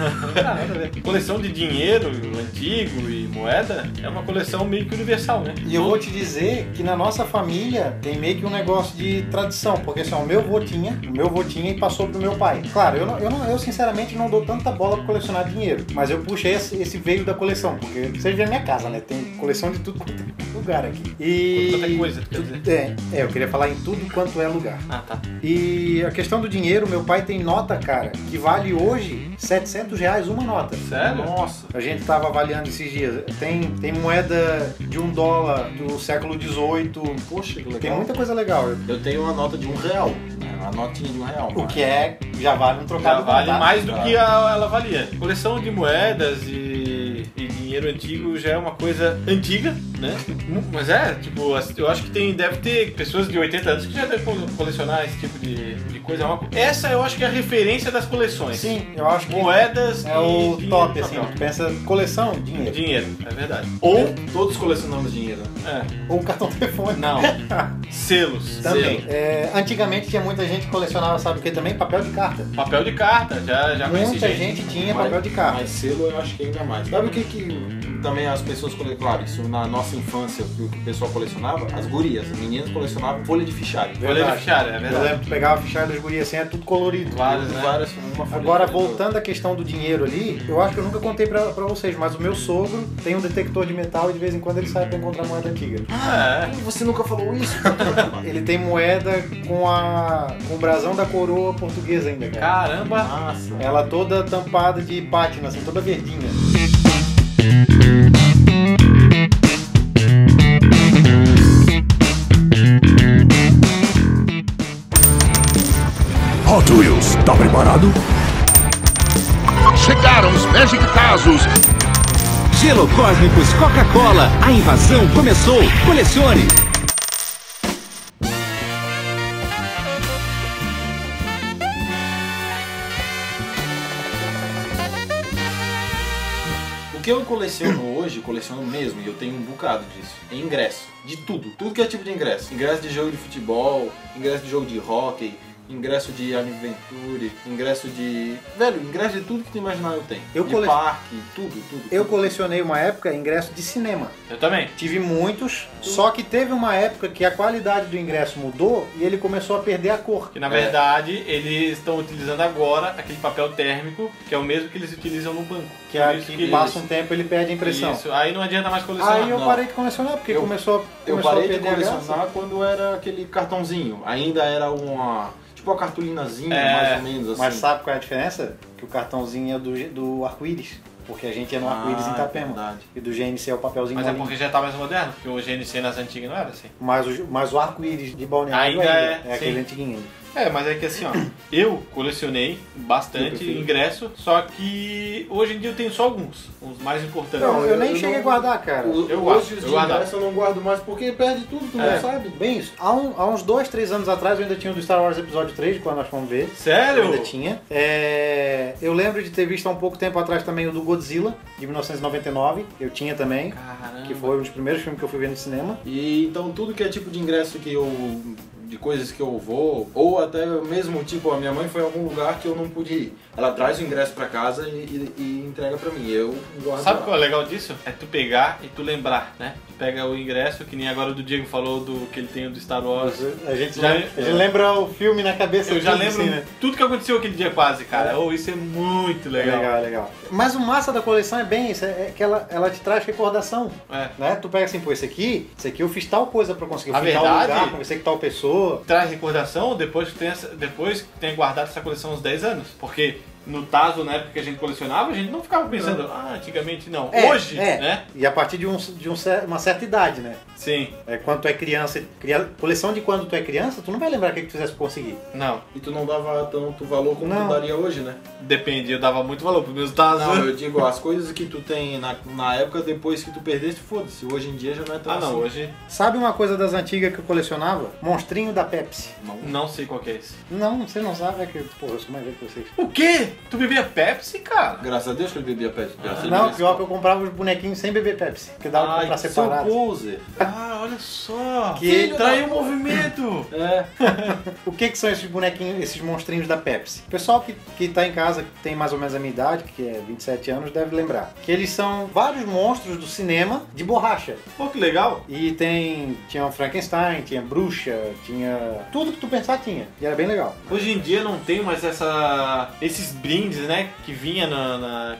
B: coleção de dinheiro antigo e moeda é uma coleção meio que universal, né?
A: E eu vou te dizer que na nossa família tem meio que um negócio de tradição, porque assim, ó, o meu vô tinha, o meu vô tinha e passou pro meu pai. Claro, eu, não- eu, não- eu sinceramente não dou tanta bola pra colecionar dinheiro, mas eu puxei esse, esse veio da coleção, porque vocês veem a minha casa, né? Tem coleção de tudo quanto é lugar aqui. E...
B: Quanta coisa, quer dizer.
A: É, é, eu queria falar em tudo quanto é lugar.
B: Ah, tá.
A: E a questão do dinheiro, meu pai tem nota, cara, que vale hoje 700 reais uma nota.
B: Sério?
C: Nossa!
A: A gente tava avaliando esses dias. Tem, tem moeda de um dólar do século XVIII.
C: Poxa, que legal.
A: Tem muita coisa legal.
C: Eu tenho uma nota de um real. né? Uma notinha de um real.
A: O
C: mas-
A: que é, já vale um
B: Já
A: trocado.
B: vale
A: contado.
B: mais do que a- ela valia. Coleção de moedas e, e dinheiro antigo já é uma coisa antiga, né? Mu- Mas é, tipo, as- eu acho que tem, deve ter pessoas de 80 anos que já devem co- colecionar esse tipo de, de coisa. É uma co- Essa eu acho que é a referência das coleções.
A: Sim, eu acho que
B: Moedas
A: é
B: e
A: o
B: dinheiro
A: top,
B: em
A: assim.
B: papel.
A: Tu pensa coleção, dinheiro.
B: Dinheiro, é verdade.
C: Ou todos colecionamos dinheiro.
B: É,
A: Ou cartão telefone.
B: não. Selos.
A: Também. É, antigamente tinha muita gente que colecionava, sabe o que também? Papel de carta.
B: Papel de carta, já, já conheci
A: Muita gente tinha
C: Mas-
A: é papel de carta.
C: Mas selo eu acho que ainda mais. Sabe o que, que também as pessoas colecionavam? Claro, isso na nossa infância, o que o pessoal colecionava? As gurias, as meninas colecionavam folha de fichário.
B: Folha de
A: Verdade.
B: fichário, é
A: Eu
B: verdade.
A: lembro que pegava a fichária das gurias assim, era tudo colorido.
B: Várias, né?
C: Várias, uma folha
A: Agora,
C: de folha
A: voltando à questão do dinheiro ali, eu acho que eu nunca contei pra, pra vocês, mas o meu sogro tem um detector de metal e de vez em quando ele sai pra encontrar moeda antiga.
B: Ah, é.
C: toda. Você nunca
A: [laughs]
C: falou isso?
A: Ele tem moeda com a com o brasão da coroa portuguesa ainda, cara.
B: Caramba.
C: Nossa.
A: Ela toda tampada de pátina, assim, toda verdinha.
D: Hot Wheels, tá preparado?
E: Chegaram os Magic Casos.
F: Gelo Cósmicos Coca-Cola. A invasão começou. Colecione.
C: O que eu coleciono hoje, coleciono mesmo, e eu tenho um bocado disso, é ingresso. De tudo, tudo que é tipo de ingresso. Ingresso de jogo de futebol, ingresso de jogo de hockey, ingresso de Adventure, ingresso de. Velho, ingresso de tudo que tu imaginar eu tenho.
A: Eu
C: de
A: cole-
C: parque, tudo, tudo.
A: Eu
C: tudo.
A: colecionei uma época ingresso de cinema.
B: Eu também.
A: Tive muitos, só que teve uma época que a qualidade do ingresso mudou e ele começou a perder a cor.
B: Que na verdade eles estão utilizando agora aquele papel térmico, que é o mesmo que eles utilizam no banco.
A: Que
B: Por
A: aqui
B: isso que
A: passa
B: eles-
A: um tempo ele perde a impressão.
B: Isso, aí não adianta mais colecionar.
A: Aí eu
C: Não.
A: parei de colecionar, porque
C: Eu-
A: começou,
C: Eu
A: começou a
C: parei de
A: perder a graça.
C: colecionar quando era aquele cartãozinho. Ainda era uma. Tipo uma cartolinazinha,
B: É,
C: mais ou menos assim.
A: Mas sabe qual é a diferença? Que o cartãozinho é do, do arco-íris. Porque a gente é no
C: Ah,
A: arco-íris em
C: é
A: Itapema.
C: verdade.
A: e do GNC é o papelzinho
B: Mas é
A: molinho.
B: porque já tá mais moderno, porque o GNC nas antigas não era assim.
A: Mas o, mas o arco-íris de Balneário
B: Ainda
A: ainda,
B: é,
A: é,
B: sim.
A: aquele antiguinho.
B: É, mas é que assim, ó, [coughs] eu colecionei
C: Eu
B: bastante
C: prefiro.
B: ingresso, só que hoje em dia eu tenho só alguns, os mais importantes.
A: Não, eu, nem
C: eu
A: cheguei
C: não-
A: a guardar, cara.
C: O-
B: eu guardo,
C: hoje os
B: eu
C: de
B: guardo.
C: ingresso eu não guardo mais porque perde tudo, tu
B: É.
C: não sabe.
A: Bem isso. Há, um- há uns dois, três anos atrás eu ainda tinha o do Star Wars Episódio 3, quando nós fomos ver. Eu
B: Sério?
A: ainda tinha. É, eu lembro de ter visto há um pouco tempo atrás também o do Godzilla, de 1999. Eu tinha também.
B: Caramba.
A: Que foi um dos primeiros filmes que eu fui ver no cinema.
C: E então tudo que é tipo de ingresso que eu. de coisas que eu vou, ou até mesmo tipo, a minha mãe foi a algum lugar que eu não pude ir. Ela traz o ingresso pra casa e, e- e entrega pra mim. Eu guardo.
B: Sabe
C: lá.
B: qual é o legal disso? É tu pegar e tu lembrar, né? Tu pega o ingresso, que nem agora o do Diego falou do que ele tem do Star Wars.
A: A gente
B: Já- é.
A: lembra, a gente lembra o filme na cabeça.
B: Eu já
A: tudo,
B: lembro
A: assim, né?
B: tudo que aconteceu aquele dia quase, cara. Oh, isso é muito legal.
A: legal, é legal. Mas o massa da coleção é bem isso, é que ela, ela te traz recordação.
B: É.
A: Né? Tu pega assim, pô, esse aqui, esse aqui eu fiz tal coisa pra conseguir. Eu
B: A
A: fui em tal
B: verdade-
A: lugar, conversei com tal pessoa.
B: Traz recordação depois que, tenha, depois que tenha guardado essa coleção uns 10 anos. Porque no Tazo, na época que a gente colecionava, a gente não ficava pensando, ah, antigamente não.
A: É,
B: Hoje,
A: é.
B: né?
A: E a partir de, um, de um cer- uma certa idade, né?
B: Sim.
A: É, quando tu é criança, cria- coleção de quando tu é criança, tu não vai lembrar o que, que tu fizesse pra conseguir.
B: Não.
C: E tu não dava tanto valor como
A: Não.
C: tu daria hoje, né?
B: Depende, eu dava muito valor pros meus Tazos.
C: Não, eu digo, as coisas que tu tem na, na época depois que tu perdeste, foda-se. Hoje em dia já não é tão
B: Ah, não,
C: assim.
B: hoje
A: Sabe uma coisa das antigas que eu colecionava? Monstrinho da Pepsi.
B: não sei qual que é esse.
A: Não, você não sabe, é que, porra, eu sou mais velho que vocês.
B: O quê? Tu bebia Pepsi, cara?
C: Graças a Deus que eu bebia pet.
B: Ah.
C: Graças a
A: Não,
C: Deus.
A: pior que eu comprava os bonequinhos sem beber Pepsi, que dava pra
C: Ai,
A: comprar
C: sou
A: separado.
C: poser.
B: Ah, olha só.
A: Que-
B: Ele traiu o movimento.
C: É.
A: O que, que são esses bonequinhos, esses monstrinhos da Pepsi? O pessoal que, que tá em casa, que tem mais ou menos a minha idade, que é 27 anos, deve lembrar. Que eles são vários monstros do cinema de borracha.
B: Pô, que legal.
A: E tem. Tinha um Frankenstein, tinha bruxa, tinha. Tudo que tu pensar tinha. E era bem legal.
B: Hoje em dia não tem mais essa, esses brindes, né? Que vinha na, na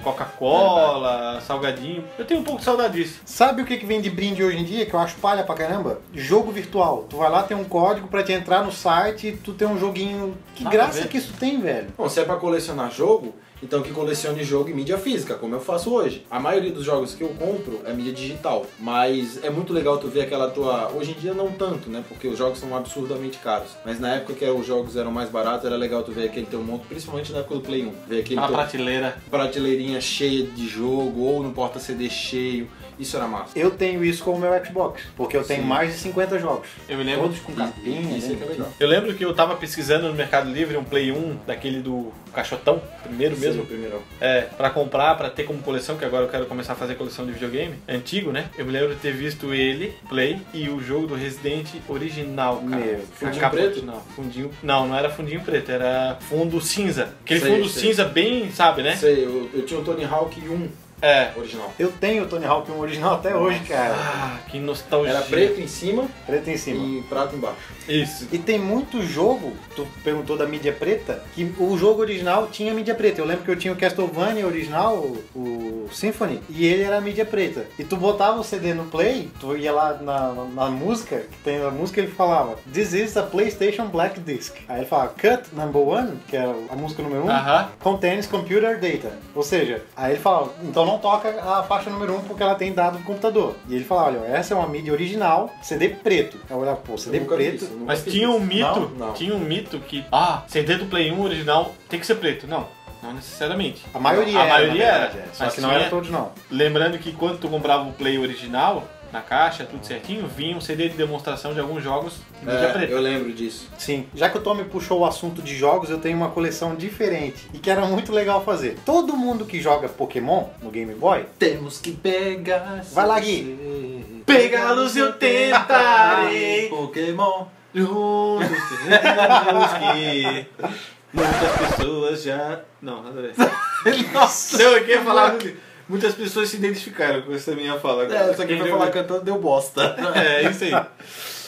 B: Coca-Cola, salgadinho. Eu tenho um pouco de saudade disso.
A: Sabe o que, que vem de brinde hoje em dia, que eu acho palha pra caramba? Jogo virtual. Tu vai lá, tem um código pra te entrar no site e tu tem um joguinho. Que
B: Nada a
A: graça
B: ver.
A: que isso tem, velho.
C: Bom, se é pra colecionar jogo, então que colecione jogo e mídia física, como eu faço hoje. A maioria dos jogos que eu compro é mídia digital, mas é muito legal tu ver aquela tua... Hoje em dia não tanto, né? Porque os jogos são absurdamente caros. Mas na época que os jogos eram mais baratos, era legal tu ver aquele teu monte, principalmente na época do Play 1. Ver aquele
B: A
A: Ah,
C: teu
B: prateleira.
C: prateleirinha cheia de jogo ou no porta-CD cheio. Isso era massa.
A: Eu tenho isso com o meu Xbox, porque eu tenho
C: Sim.
A: mais de 50 jogos.
B: Eu me lembro.
A: Todos com capinha,
C: Isso é
A: né?
C: que é legal.
B: Eu lembro que eu tava pesquisando no Mercado Livre um Play 1 daquele do caixotão, primeiro mesmo.
C: primeiro.
B: É, pra comprar, pra ter como coleção, que agora eu quero começar a fazer coleção de videogame. Antigo, né? Eu me lembro de ter visto ele, Play, e o jogo do Resident original, cara.
A: Meu,
B: A
C: fundinho
B: capa
C: preto?
B: original. Fundinho... Não, não era fundinho preto, era fundo cinza. Aquele
C: Sei,
B: fundo
C: sei.
B: cinza bem, sabe, né?
C: Sei, eu, eu tinha o Tony Hawk 1
B: É.
C: original.
A: Eu tenho o Tony Hawk 1 original até hoje, cara.
B: Ah, que nostalgia.
C: Era preto em cima
A: Preto em cima.
C: e prato embaixo.
B: Isso.
A: E tem muito jogo, tu perguntou da mídia preta, que o jogo original tinha mídia preta. Eu lembro que eu tinha o Castlevania original, o, o Symphony, e ele era mídia preta. E tu botava o CD no play, tu ia lá na, na- na música, que tem a música ele falava This is a PlayStation Black Disc. Aí ele falava Cut Number One, que era a música número 1. Um,
B: Aham.
A: Contains computer data. Ou seja, aí ele fala, então não toca a faixa número 1 um porque ela tem dado do computador. E ele fala, olha, essa é uma mídia original, CD preto. Aí eu olhava, pô,
C: Eu
A: CD
C: nunca vi
A: preto,
C: isso, eu nunca
B: Mas
C: fiz
B: tinha
C: isso.
B: um mito,
C: Não, não.
B: tinha um mito que, ah, CD do Play 1 original tem que ser preto. Não, não necessariamente.
A: A maioria
B: A
A: era.
B: maioria
A: na verdade,
B: era.
A: é. Só
B: Mas
A: que não
B: tinha-
A: era todos, não.
B: Lembrando que quando tu comprava o Play original, na caixa, tudo certinho, vinha um CD de demonstração de alguns jogos em mídia
C: É,
B: preta.
C: eu lembro disso.
A: Sim. Já que o Tommy puxou o assunto de jogos, eu tenho uma coleção diferente e que era muito legal fazer. Todo mundo que joga Pokémon no Game Boy,
C: Temos que pegar.
A: Vai lá,
C: Gui.
B: Pegá-los eu tentarei.
C: Pokémon.
B: Juntos teremos que [laughs] muitas pessoas já. Não, nada a ver. [laughs] Nossa, eu aqui ia falar. Muitas pessoas se identificaram com essa minha fala.
C: É, só que pra falar cantando deu bosta.
B: É, isso [laughs] aí.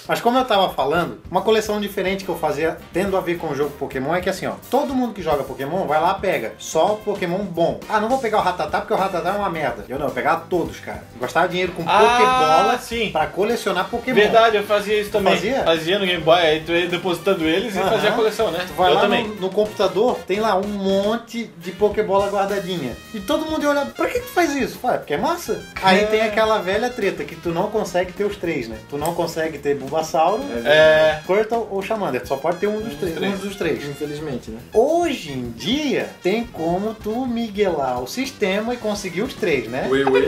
A: Mas como eu tava falando, uma coleção diferente que eu fazia tendo a ver com o jogo Pokémon é que assim, ó, todo mundo que joga Pokémon vai lá pega só Pokémon bom. Ah, não vou pegar o Ratatá porque o Ratatá é uma merda. Eu não, eu pegava todos, cara. Eu Gastava dinheiro com
B: Ah,
A: Pokébola
B: sim.
A: pra colecionar Pokémon.
B: Verdade, eu fazia isso também.
A: Fazia?
B: no Game Boy, aí tu ia depositando eles e
A: Aham.
B: fazia a coleção, né?
A: Tu vai
B: eu
A: lá
B: também.
A: No, no computador, tem lá um monte de Pokébola guardadinha. E todo mundo ia olhar, pra que tu faz isso? Fala, "É porque é massa. Aí tem aquela velha treta que tu não consegue ter os três, né? Tu não consegue ter Bulbasauro,
B: É.
A: Squirtle ou Charmander. Tu só pode ter um dos três.
B: três.
A: Um dos três.
C: Infelizmente, né?
A: Hoje em dia, tem como tu miguelar o sistema e conseguir os três, né?
C: Uê, uê.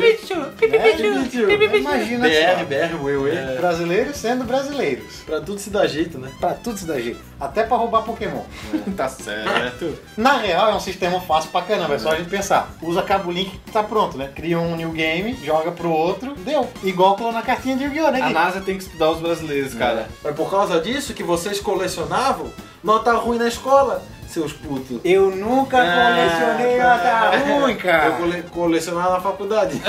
A: Né? Imagina
C: [laughs] BR,
A: só.
C: BR, uê, uê.
A: É. Brasileiros sendo brasileiros.
C: Pra tudo se dar jeito, né?
A: Pra tudo isso daí. Até pra roubar Pokémon.
B: [laughs] Tá certo.
A: Na real, é um sistema fácil pra caramba, é só a gente pensar. Usa cabo link tá pronto, né? Cria um new game, joga pro outro, deu. Igual clonar cartinha de Yu-Gi-Oh, né?
B: A
A: Gui?
B: NASA tem que estudar os brasileiros, cara.
C: É por causa disso que vocês colecionavam nota ruim na escola, seus putos. É,
A: Eu nunca colecionei nada ruim,
C: Ah, tá. Eu
A: cara.
C: cole colecionava na faculdade.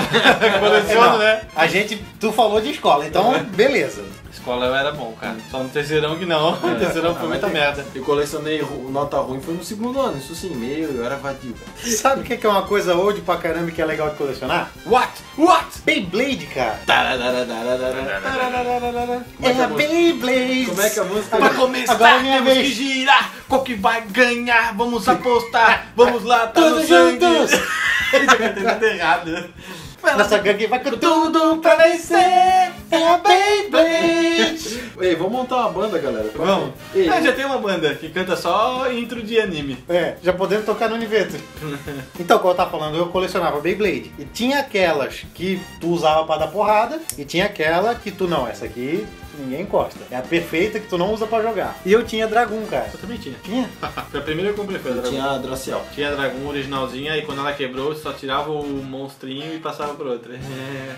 B: Coleciona,
A: Não,
B: né?
A: A gente, tu falou de escola,
C: Uhum.
A: então beleza.
B: Escola eu era bom, cara. Só no terceirão que não. O terceirão foi muita merda.
C: Eu colecionei ru- nota ruim foi no segundo ano, isso sim, meio, eu era vadio. cara.
A: Sabe o que que é uma coisa old pra caramba que é legal de colecionar?
B: What? What?
A: Beyblade, cara.
C: Tarararararara.
A: É a
C: música?
A: Beyblade.
C: Como é que é a música?
B: Pra começar,
A: Agora é minha
B: temos
A: vez.
B: que girar. Qual que vai ganhar? Vamos apostar. Vamos lá, tá no
A: Todos
B: sangue.
A: juntos.
B: Tá errado.
A: Nossa gangue vai com tudo.
C: Tudo pra vencer!
A: É a Beyblade.
C: é? Ei, vamos montar uma banda, galera.
B: Vamos.
C: Ei,
B: Ah, já tem uma banda que canta só intro de anime.
A: É, já podemos tocar no Niveto. então, como eu tava falando, eu colecionava Beyblade. E tinha aquelas que tu usava pra dar porrada, e tinha aquela que tu não, essa aqui ninguém encosta. É a perfeita que tu não usa pra jogar. E eu tinha Dragon, cara.
B: Eu também tinha.
A: Tinha?
B: Foi a primeira que eu comprei, foi a
C: eu
B: Dragon.
C: tinha a Dracial.
B: Tinha a Dragon originalzinha e quando ela quebrou, só tirava o monstrinho e passava pro outro.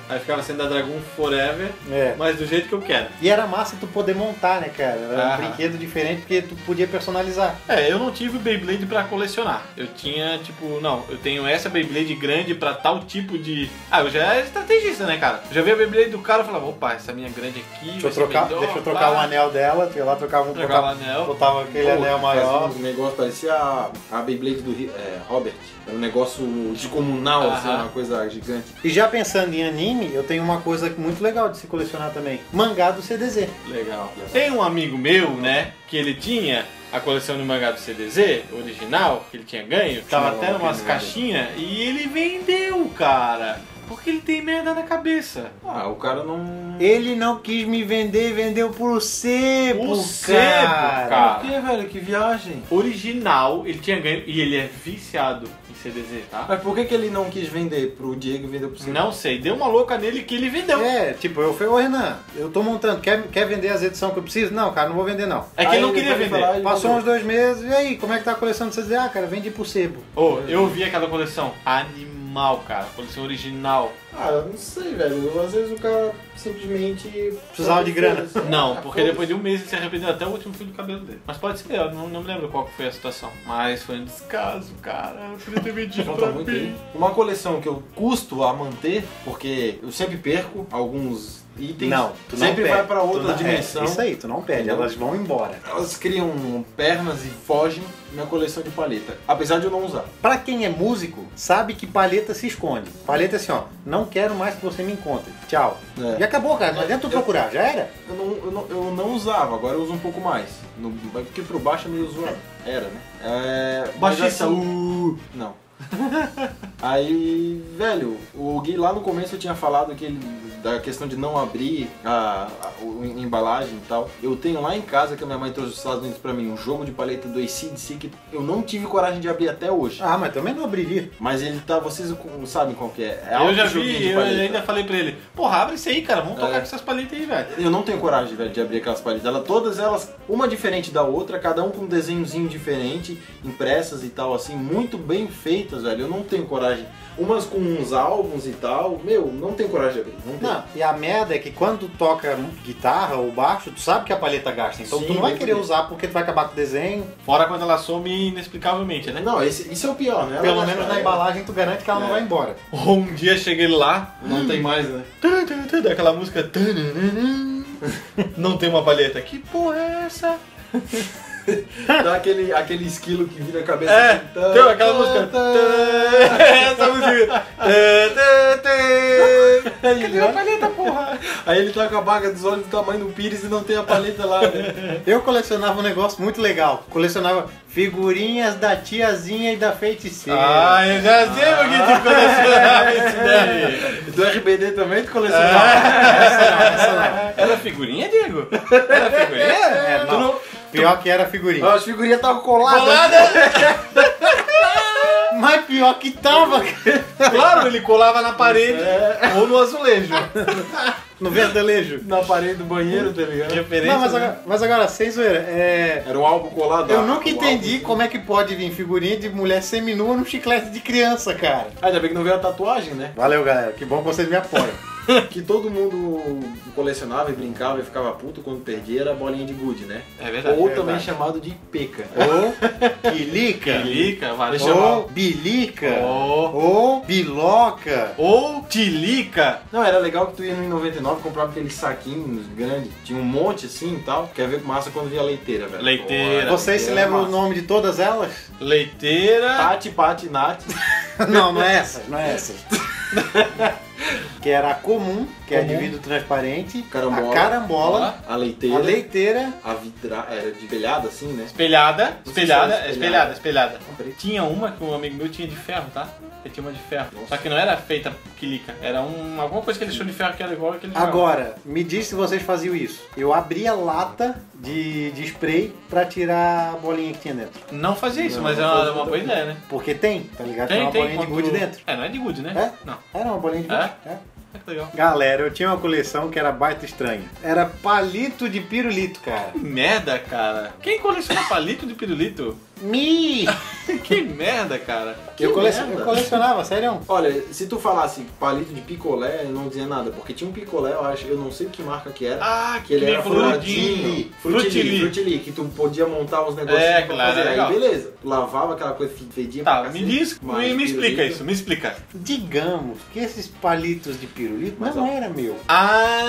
B: Aí ficava sendo a Dragon Forever,
A: É.
B: mas do jeito que eu quero.
A: E era massa tu poder montar, né, cara? Era um
B: Ah.
A: brinquedo diferente porque tu podia personalizar.
B: É, eu não tive Beyblade pra colecionar. Eu tinha, tipo, não, eu tenho essa Beyblade grande pra tal tipo de. Ah, eu já era estrategista, né, cara? Eu já vi a Beyblade do cara e falava, opa, essa minha grande aqui.
A: Deixa eu trocar, deixa eu trocar o anel dela, tu ia lá trocava um
B: Trocar o
A: botava,
B: Ah. anel.
A: botava aquele anel maior.
C: Um negócio parecia a, a Beyblade do Ri- é, Robert. Era um negócio descomunal, assim,
B: Aham.
C: uma coisa gigante.
A: E já pensando em anime, eu tenho uma coisa muito legal de se colecionar também. Mangá do CDZ.
C: Legal.
B: Tem um amigo meu, né, que ele tinha a coleção de mangá do CDZ, original, que ele tinha ganho, tava
C: Não,
B: até umas
C: que merda.
B: caixinhas, e ele vendeu, cara. Porque ele tem merda na cabeça.
C: Ah, o cara não.
A: Ele não quis me vender, vendeu pro sebo,
B: O sebo,
A: cara.
B: cara.
C: Ah. Por que, velho? Que viagem.
B: Original, ele tinha ganho, e ele é viciado em CDZ, tá?
C: Mas por que, que ele não quis vender pro Diego e vender pro você?
B: Não sei, deu uma louca nele que ele vendeu. É,
A: É, tipo, eu falei, ô Renan, eu tô montando, quer, quer vender as edições que eu preciso? Não, cara, não vou vender não.
B: É que ele não queria vender.
A: Passou uns
C: uns.
A: dois meses, e aí, como é que tá a coleção de CDZ? Ah, cara, vendi pro sebo.
B: Ô, eu vi aquela coleção animal, cara. Coleção original.
C: Ah, eu não sei, velho. Às vezes o cara simplesmente.
A: Precisava de grana.
B: Não,
C: Ah,
B: porque
C: foda-se.
B: depois de um mês ele se arrependeu até o último fio do cabelo dele. Mas pode ser, eu não, não me lembro qual que foi a situação. Mas foi um descaso, cara. Eu queria ter vendido
C: Falta
B: pra
C: muito
B: mim.
C: aí. Uma coleção que eu custo a manter, porque eu sempre perco alguns itens.
A: tu
C: sempre
A: perde.
C: vai pra
A: Tu
C: outra
A: não-
C: dimensão.
A: É, isso aí, tu não perde,
C: Entendeu?
A: elas vão embora.
C: Elas criam pernas e fogem minha coleção de paleta. Apesar de eu não usar.
A: Pra quem é músico, sabe que palheta se esconde. Palheta é assim, ó, não quero mais que você me encontre. Tchau.
C: É.
A: E acabou, cara, não adianta tu
C: Eu-
A: procurar, já era?
C: Eu não, eu, não, eu não usava, agora eu uso um pouco mais. No, mas porque pro baixo é meio zoado. Era, né? É, mas
B: Baixista.
C: essa- uh, Não. Aí, velho, o Gui lá no começo eu tinha falado que ele, da questão de não abrir a, a- o- a embalagem e tal. Eu tenho lá em casa, que a minha mãe trouxe dos Estados Unidos pra mim, um jogo de paleta do ACDC que eu não tive coragem de abrir até hoje.
A: Ah, mas também não abriria.
C: Mas ele tá, vocês sabem qual que é. é
B: eu
C: alto
B: já
C: joguinho
B: vi,
C: de
B: eu
C: paleta.
B: ainda falei pra ele, porra, abre isso aí, cara, vamos tocar
C: É.
B: com essas paletas aí, velho.
C: Eu não tenho coragem, velho, de abrir aquelas paletas. Ela, todas elas, uma diferente da outra, cada um com um desenhozinho diferente, impressas e tal, assim, muito bem feitas, velho. Eu não tenho coragem. Umas com uns álbuns e tal. Meu, não tenho coragem de abrir. Não, tenho
A: Não, e a merda é que quando tu toca guitarra ou baixo, tu sabe que a palheta gasta. Então
H: Sim,
A: tu não vai
H: bem
A: querer
H: bonito.
A: usar porque tu vai acabar com o desenho.
B: Fora quando ela some inexplicavelmente, né?
C: Não, esse- isso é o pior, né? Ela
A: Pelo
C: vai
A: menos
C: ficar-
A: na embalagem tu garante que ela não vai embora.
B: Ou um dia cheguei lá,
C: Não tem mais, né?
B: tum, tum, tum, aquela música. tum, tum, tum, tum. Não tem uma palheta. Que porra é essa?
C: Dá aquele, aquele esquilo que vira a cabeça.
B: É,
C: assim, tá,
B: tem aquela
C: tá,
B: música.
C: tá.
B: [laughs] Essa música.
C: Cadê a paleta, porra? Aí ele tá com a baga dos olhos do tamanho do Pires e não tem a paleta lá, né?
B: [laughs]
A: Eu colecionava um negócio muito legal. Colecionava figurinhas da tiazinha e da feiticeira.
B: Ah, eu já sei o que tu
A: [laughs]
B: colecionava esse daí.
C: Do RBD também tu
B: É.
C: colecionava.
B: Era figurinha, Diego? Era figurinha?
A: é, não. Ah. Pior que era figurinha.
C: As figurinhas estavam coladas.
B: Colada?
A: Mas pior que tava. [laughs] cara.
B: Claro, ele colava na parede ou no azulejo.
A: No verdelejo.
C: na parede do banheiro, tá ligado?
B: Referência.
A: Não, mas
B: né?
A: agora, mas agora sem zoeira, é...
C: Era um álbum colado.
A: Eu
C: ah,
A: nunca
C: um
A: entendi
C: álbum.
A: como é que pode vir figurinha de mulher seminua num chiclete de criança, cara.
C: Ah, Ainda bem que não veio a tatuagem, né? [laughs]
A: Valeu, galera. Que bom que vocês me apoiam.
C: Que todo mundo colecionava e brincava e ficava puto quando perdia era a bolinha de gude, né?
B: É verdade.
C: Ou
B: é
C: também
B: verdade.
C: chamado de peca.
A: Ou quilica.
B: Tilica, várias
A: Ou
B: chamavam.
A: bilica.
B: Ou-
A: Ou biloca.
B: Ou tilica.
C: [laughs] Não, era legal que tu ia no 99 comprava aqueles saquinhos grandes, tinha um monte assim e tal. Quer ver massa quando via leiteira, velho.
B: Leiteira.
A: Vocês se lembram o
C: nome?
A: nome de todas elas? Tá
B: Leiteira.
C: Tati, Pati, Nath.
A: [laughs] Não, não é essas, não é essas. [laughs] que era a comum, que é de vidro transparente,
C: Carambola.
A: a carambola,
C: A leiteira.
A: a leiteira,
C: A vidra... Era de telhada assim, né?
B: Espelhada.
C: Vocês
B: Espelhada.
C: são
B: é Espelhada,
C: espelhada.
B: espelhada. Tinha uma que um amigo meu tinha de ferro, tá? Ele tinha uma de ferro.
C: Nossa.
B: Só que não era feita quilica. Era um, alguma coisa que ele achou de ferro que era igual aquele
A: Agora, me diz se vocês faziam isso. Eu abria a lata de, de spray pra tirar a bolinha que tinha dentro.
B: Não fazia isso,
C: Não,
B: mas
C: não
B: era uma,
C: fazia é
B: uma boa ideia, né?
A: Porque tem, tá ligado?
B: Tem,
A: uma
B: tem.
A: bolinha de
B: quando-
A: gude dentro.
B: É, não é de good, né?
A: É?
B: Não.
A: Era uma bolinha de gude. É?
B: É que legal.
A: Galera, eu tinha uma coleção que era baita estranha. Era palito de pirulito, cara.
B: Que merda, cara. Quem coleciona palito de pirulito?
A: Me!
B: que merda, cara.
A: Eu, cole-
C: merda.
A: eu colecionava, sério.
C: Olha, se tu falasse palito de picolé, eu não dizia nada, porque tinha um picolé, eu acho, eu não sei que marca que era.
B: Ah,
C: que ele
B: nem
C: era
B: frutili.
C: furadinho. Frutili,
B: Frutili.
C: frutili, que tu podia montar uns negócios
B: É,
C: pra
B: claro, é
C: fazer.
B: legal.
C: Aí beleza, tu lavava aquela coisa que fedia pra
B: Tá, me
C: cacete,
B: diz, me,
C: mas
B: me explica
C: pirulito.
B: isso, me explica.
A: Digamos que esses palitos de pirulito
C: Mas,
A: não
C: ó.
A: era meu.
B: Ah!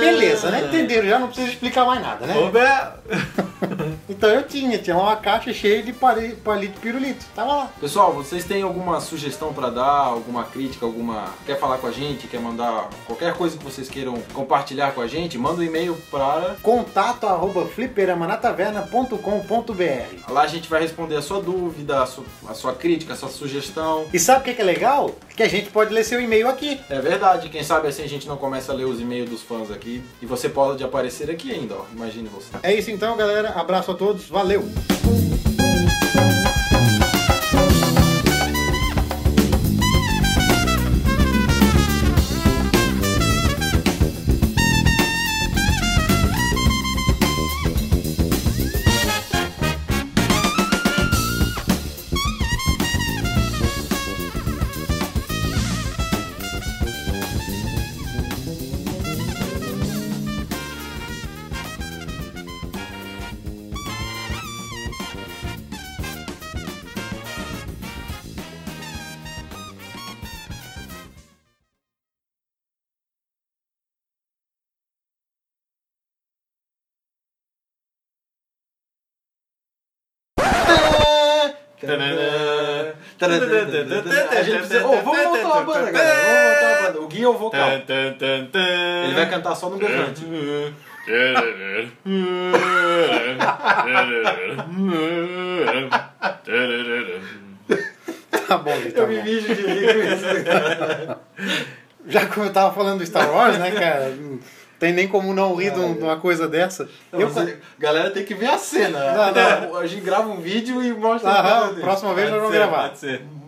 A: Beleza, né? Entenderam? Já não preciso explicar mais nada, né?
B: Roberto,
A: Então eu tinha, tinha uma caixa cheia de pali- palito de pirulito. Tava lá.
C: Pessoal, vocês têm alguma sugestão pra dar, alguma crítica, alguma. Quer falar com a gente, quer mandar qualquer coisa que vocês queiram compartilhar com a gente? Manda um e-mail para.
A: contato arroba fliperamanataverna.com.br
C: Lá a gente vai responder a sua dúvida, a su- a sua, crítica, a sua sugestão.
A: E sabe o que que é legal? Que a gente pode ler seu e-mail aqui.
C: É verdade, quem sabe assim a gente não começa a ler os e-mails dos fãs aqui e você pode aparecer aqui ainda, ó. Imagine você.
A: É isso então, galera. Abraço a todos. Valeu! [laughs]
C: A gente precisa. Ô, vamos montar uma banda, galera. Vamos montar uma banda. O Gui é o vocal. Ele vai cantar só no berrante.
A: Tá bom, Vitor.
C: Eu me mijo de rir com isso.
A: Já que eu tava falando do Star Wars, né, cara? Não Tem nem como não rir de um- de uma coisa dessa.
C: Não,
A: Eu-
C: você- Galera, tem que ver a cena.
A: Não, não.
C: A gente grava um vídeo e mostra. a
A: Aham,
C: cena dele.
A: próxima vez nós vamos gravar.
B: Pode ser.